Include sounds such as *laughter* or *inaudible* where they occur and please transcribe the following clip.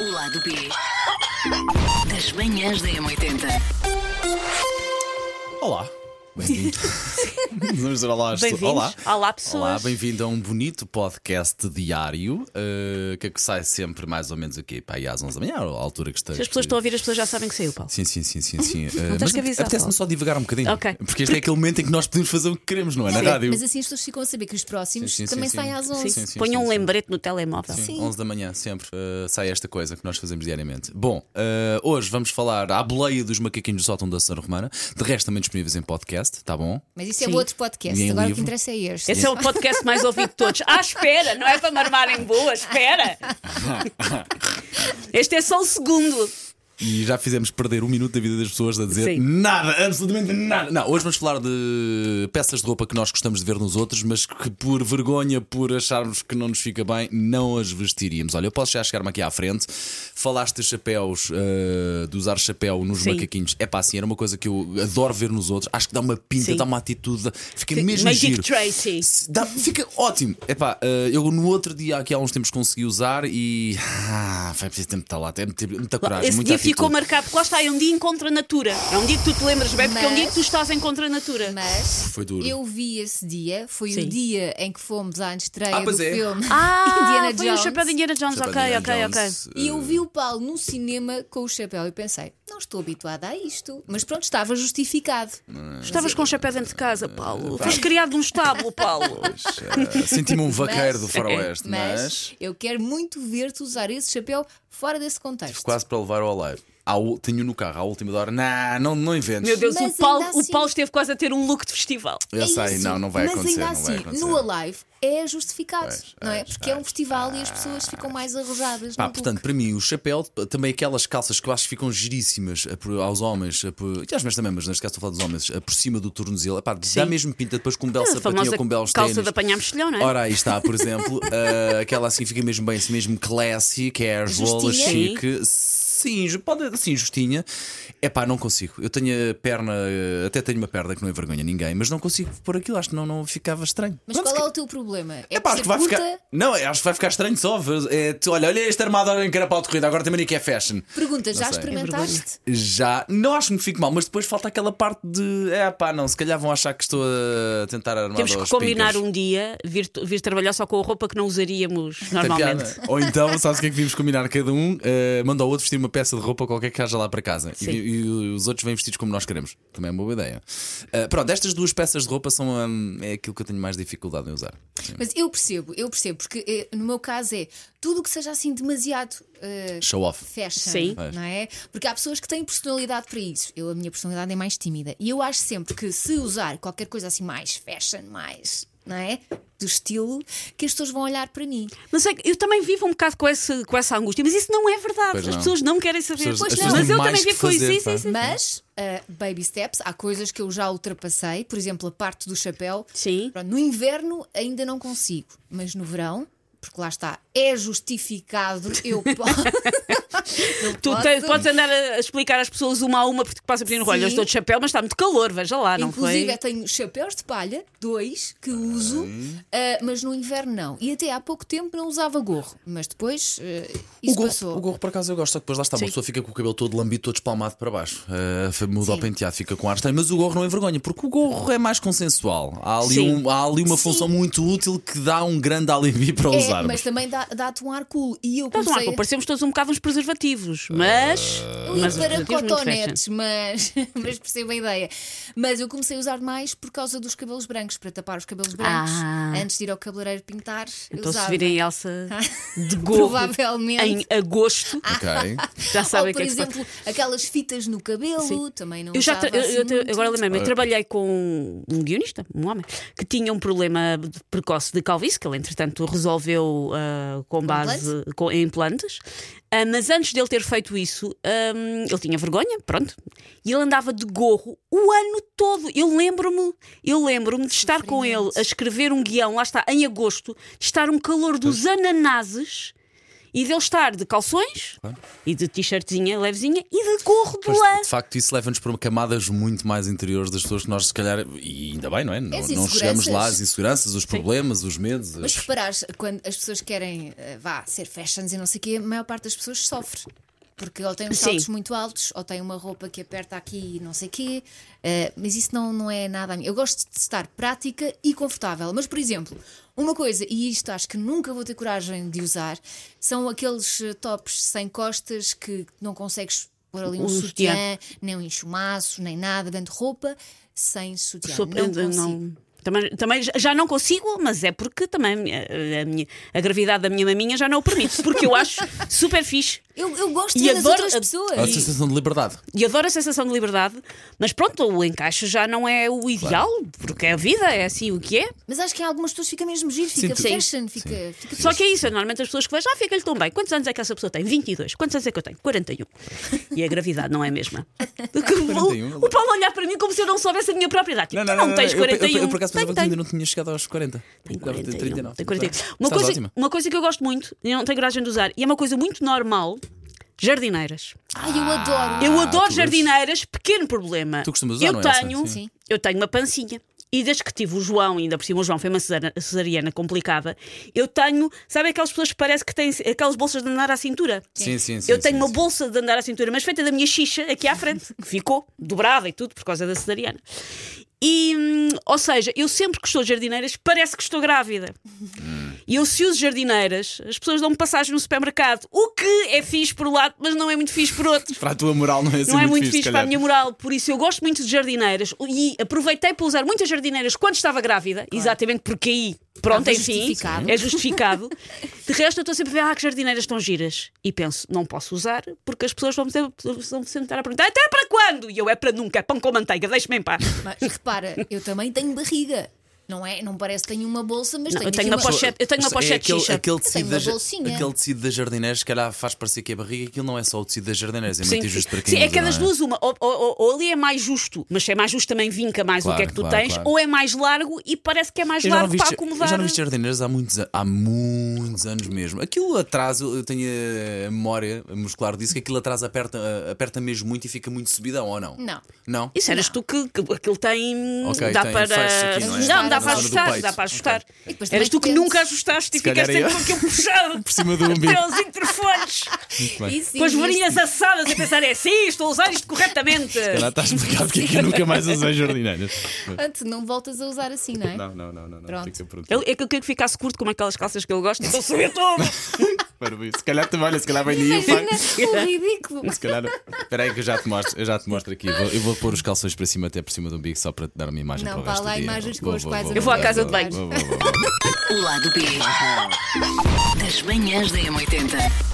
O lado B das manhãs da M80. Olá. Bem-vindo. *laughs* Vamos dizer olá, às pessoas. Bem-vindos. Olá. Olá, pessoas. Olá, bem-vindo a um bonito podcast diário eh, que é que sai sempre mais ou menos aqui pá, aí às 11 da manhã, à altura que está. Se as pessoas estão a ouvir, as pessoas já sabem que saiu, Paulo. Sim, sim, sim, sim. sim. Eh, tens mas que avisar, Apetece-me Paulo. só divagar um bocadinho. Ok. Porque este é aquele momento em que nós podemos fazer o que queremos, não é? Na rádio. Mas assim as pessoas ficam a saber que os próximos Sim, sim, também sim, saem sim. às Sim, 11. sim, sim. Ponha um lembrete no telemóvel. Sim, 11 da manhã, sempre eh, sai esta coisa que nós fazemos diariamente. Bom, eh, hoje vamos falar à boleia dos macaquinhos do sótão da Senhora Romana. De resto, também disponíveis em podcast, tá bom? Mas isso é Sim. outro podcast. E em Agora o que livro? interessa é este. Esse é o podcast mais ouvido de todos. Ah, espera, não é para me armarem boa, *laughs* espera. Este é só o segundo. E já fizemos perder um minuto da vida das pessoas a dizer Sim. nada, absolutamente nada. Não, hoje vamos falar de peças de roupa que nós gostamos de ver nos outros, mas que por vergonha, por acharmos que não nos fica bem, não as vestiríamos. Olha, eu posso já chegar-me aqui à frente. Falaste de chapéus, eh, de usar chapéu nos Sim. macaquinhos. É pá, assim, era uma coisa que eu adoro ver nos outros. Acho que dá uma pinta, Sim. dá uma atitude, fica Sim, mesmo Magic giro. Tracy. Se- dá- fica ótimo. Epá, eh, eu no outro dia, aqui há uns tempos, consegui usar e. Ah, vai preciso tempo de estar lá, tem muita muita coragem. Esse muita dia atitude. ficou marcado, porque lá está, é um dia em contra a natura. É um dia que tu te lembras bem, porque é um Mas- dia que tu estás em contra a natura. Mas Foi duro. eu vi esse dia, foi Sim. o dia em que fomos à estreia Ah, do pois é. filme Ah, *laughs* Indiana foi Jones. o chapéu de Indiana Jones, Chapéu ok, de ok, Indiana ok. Jones, E eu vi o Paulo no cinema com o chapéu e pensei, não estou habituada a isto. Mas pronto, estava justificado. Estavas com o chapéu dentro de casa, Paulo. Foste criado num estábulo, Paulo. eh, Senti-me um vaqueiro do faroeste, mas, Mas, eu quero muito ver-te usar esse chapéu fora desse contexto. Tipo, quase para levar ao live. À u- Tenho no carro, à última hora. Nah, não, não inventes. Meu Deus, Mas o Paulo, ainda o Paulo assim- esteve quase a ter um look de festival. Eu É sei, isso. não, não vai Mas acontecer. não ainda vai assim, acontecer. no Alive é justificado, Pois, não é? pois, Porque é um festival e as pessoas ficam mais arrojadas. Pá, no Ah, portanto, para mim, o chapéu, também aquelas calças que eu acho que ficam giríssimas eh, por- aos homens, eh, por, e às mulheres também, mas neste caso estou a falar dos homens, eh, por cima do tornozelo, Epá, dá mesmo pinta depois com um belo A sapatinho famosa ou com belos calça ténis. de apanhar mexilhão, não é? Ora, aí está, por exemplo, *laughs* eh, aquela assim fica mesmo bem, assim mesmo classy, casual, Justinha? chique. Sim, ju- pode assim, justinha. É pá, não consigo. Eu tenho a perna, eh, até tenho uma perna que não envergonha ninguém, mas não consigo pôr aquilo, acho que não, não ficava estranho. Mas Pronto, qual se é ca- o teu problema? É pá, por acho ser que vai curta? ficar. Não, acho que vai ficar estranho só. É, tu- olha, olha este armado em carapau de corrida, agora também que é fashion. Pergunta, já sei. experimentaste? Já, não acho que me fique mal, mas depois falta aquela parte de. É pá, não, se calhar vão achar que estou a tentar armar Temos que combinar um dia vir, vir trabalhar só com a roupa que não usaríamos *laughs* normalmente. Ou então, sabes o que é que vimos combinar? Cada um eh, manda ao outro vestir uma peça de roupa qualquer que haja lá para casa. E, Sim. e os outros vêm vestidos como nós queremos. Também é uma boa ideia. Eh, pronto, estas duas peças de roupa são hum, é aquilo que eu tenho mais dificuldade em usar. Sim. Mas eu percebo, eu percebo, porque eh, no meu caso é tudo o que seja assim demasiado eh, Show off. fashion, Sim. não é? Porque há pessoas que têm personalidade para isso. Eu, a minha personalidade é mais tímida. E eu acho sempre que se usar qualquer coisa assim mais fashion, mais, não é? Do estilo, que as pessoas vão olhar para mim. Mas é que eu também vivo um bocado com, esse, com essa angústia, mas isso não é verdade. Pois As não. pessoas não querem saber. As pessoas- as pessoas mas têm eu mais também que vivo com isso. fazer, Sim, pá. sim, sim. Mas, uh, baby steps, há coisas que eu já ultrapassei, por exemplo, a parte do chapéu. Sim. Pronto, no inverno ainda não consigo, mas no verão, porque lá está, é justificado, eu posso. Eu Tu posso. te- podes andar a a explicar às pessoas uma a uma porque passa por dentro. Olha, eu Sim. estou de chapéu, mas está muito calor, veja lá, não Inclusive, é eu foi? Então, tenho chapéus de palha, dois, que uso, uh, mas no inverno não. E até há pouco tempo não usava gorro, mas depois uh, isso o, gorro, passou. o gorro, por acaso, eu gosto, só que depois lá está, uma Sim. pessoa fica com o cabelo todo lambido, todo espalmado para baixo. Eh, muda o Sim. penteado, fica com ar estranho, mas o gorro não envergonha, porque o gorro é mais consensual. Há ali, Sim. um- há ali uma função muito útil que dá um grande alibi para É, usar. mas também dá- dá-te um ar cool. E eu Estás comecei lá, parecemos todos um bocado uns preservativos, mas. Eu ia mas os para preservativos muito fashion. *laughs* cotonetes, mas, mas percebo a ideia. Mas eu comecei a usar mais por causa dos cabelos brancos, para tapar os cabelos brancos. Ah. Antes de ir ao cabeleireiro pintar, eu Então, se usava. *laughs* virem Elsa de gorro Provavelmente. em agosto, *laughs* já sabem o *laughs* Ou, por que é que se exemplo, aquelas fitas no cabelo, Sim. também não Eu já usava tra- eu- eu assim te- muito. agora lembrei-me, eu trabalhei com um guionista, um homem, que tinha um problema de- precoce de calvície, que ele entretanto resolveu ah, com base com- em implantes. Ah, mas antes dele ter feito isso, ahm, ele tinha vergonha, pronto. E ele andava de gorro o ano todo. Eu lembro-me, eu lembro-me de estar com ele a escrever um guião, lá está, em agosto, de estar um calor dos ananases. e de ele estar de calções Claro. e de t-shirtzinha levezinha e de gorro de Mas, lã. de facto, isso leva-nos para camadas muito mais interiores das pessoas que nós, se calhar, e ainda bem, não é? Não, As não chegamos inseguranças. lá às inseguranças, os problemas, os medos. Mas se as- reparares, quando as pessoas querem eh, vá, ser fashions e não sei o quê, a maior parte das pessoas sofre. Porque ou têm uns Sim. saltos muito altos, ou têm uma roupa que aperta aqui e não sei o quê. eh, mas isso não, não é nada a mim. Eu gosto de estar prática e confortável. Mas, por exemplo, uma coisa, e isto acho que nunca vou ter coragem de usar, são aqueles eh, tops sem costas que não consegues pôr ali um, Um sutiã, sutiã. nem um enxumaço, nem nada, dentro de roupa, sem sutiã. Sou- não eh, consigo. também, também já não consigo, mas é porque também eh, a, minha- a gravidade da minha maminha já não o permite, porque eu acho super fixe Eu, eu gosto E de ver nas adoro- outras pessoas. A sensação de liberdade. e adoro a sensação de liberdade, mas pronto, o encaixe já não é o ideal, porque é a vida, é assim o que é. Mas acho que em algumas pessoas fica mesmo giro, fica tu- fashion, fica. fica Só que é isso, normalmente as pessoas que vejo, ah, fica-lhe tão bem. Quantos anos é que essa pessoa tem? 22. Quantos anos é que eu tenho? 41. E a gravidade não é *laughs* a mesma. O, 41. o Paulo olhar para mim como se eu não soubesse a minha própria idade. Tipo, tu não, tens eu- 41. Eu, eu, por acaso pensava Tenho, que tenho. ainda não tinha chegado aos 40. Tem Agora 41. tem 39. tem 41. Estás Uma, coisa, ótima. uma coisa que eu gosto muito, e não tenho coragem de usar, e é uma coisa muito normal: jardineiras. Ai, eu adoro. eu adoro Ah, tu jardineiras, pequeno problema. Tu costumas usar, eu não é, Elsa? tenho, Sim. Eu tenho uma pancinha. E desde que tive o João, ainda por cima o João foi uma cesana- cesariana complicada, eu tenho, sabe aquelas pessoas que parecem que têm aquelas bolsas de andar à cintura? Sim, sim, sim. eu tenho sim, uma sim. bolsa de andar à cintura, mas feita da minha xixa aqui à frente, que ficou dobrada e tudo por causa da cesariana. E, hum, ou seja, eu sempre que estou de jardineiras, parece que estou grávida. E eu, se uso jardineiras, as pessoas dão-me passagem no supermercado, o que é fixe por um lado, mas não é muito fixe por outro. Para a tua moral não é assim Não é muito fixe, fixe se para a calhar. minha moral, por isso eu gosto muito de jardineiras e aproveitei para usar muitas jardineiras quando estava grávida, exatamente porque aí, pronto, Estava enfim, justificado. é justificado. De resto, eu estou sempre a ver, ah, que jardineiras estão giras. E penso, não posso usar porque as pessoas vão me, ter- vão me sentar a perguntar, até para quando? E eu, é para nunca, é pão com manteiga, deixe-me em paz. Mas repara, eu também tenho barriga. Não é? Não parece que tenho uma bolsa, mas Não, tenho, eu tenho aqui uma pochete, eu tenho uma É pochete de aquele, xixa. Aquele tenho tecido, uma da, ja- bolsinha. aquele tecido das jardineiras, se calhar faz parecer que é barriga, aquilo não é só o tecido das jardineiras, é muito Sim. injusto para quem Sim, é usa, que é não das duas uma. Ou, ou- ou- ou ali é mais justo, mas se é mais justo também vinca mais Claro, o que é que tu claro, tens, claro. ou é mais largo e parece que é mais Eu já, não largo vi, para acomodar. eu já não vi jardineiras há muitos, an- há muitos anos mesmo. Aquilo atrás, eu eu tenho a memória muscular disso, que aquilo atrás aperta, aperta mesmo muito e fica muito subidão, ou não? Não. Não? Isso eras tu que, que aquilo tem. Ok, dá tem, para. fecha aqui, não não, é? dá para Na zona do ajustar, peito. dá para ajustar. E depois também Eras tu que depende. nunca ajustaste e Se calhar ficaste sempre eu. com aquilo puxado. Por cima do umbigo. Pelos *laughs* interfones, Bem. Isso com as existe. varinhas assadas a pensar, é sim, estou a usar isto corretamente. Já está explicado porque é que eu nunca mais usei jardineiras. Portanto, não voltas a usar assim, não é? Não, não, não, não, não. Pronto. Fica pronto. Ele- é que eu queria que ficasse curto como aquelas calças que ele gosta, então sou eu todo. Para isso. Se calhar também, olha, se calhar vem daí o Imagina, facto. *laughs* o ridículo. Se calhar. Espera aí que eu já te mostro, eu já te mostro aqui. Eu vou, eu vou pôr os calções para cima, até por cima do umbigo, só para te dar uma imagem para Não, o resto Paulo, há do dia. imagens com as quais eu Eu vou à casa de banho. vou, vou, vou, vou. O lado B das manhãs da M80.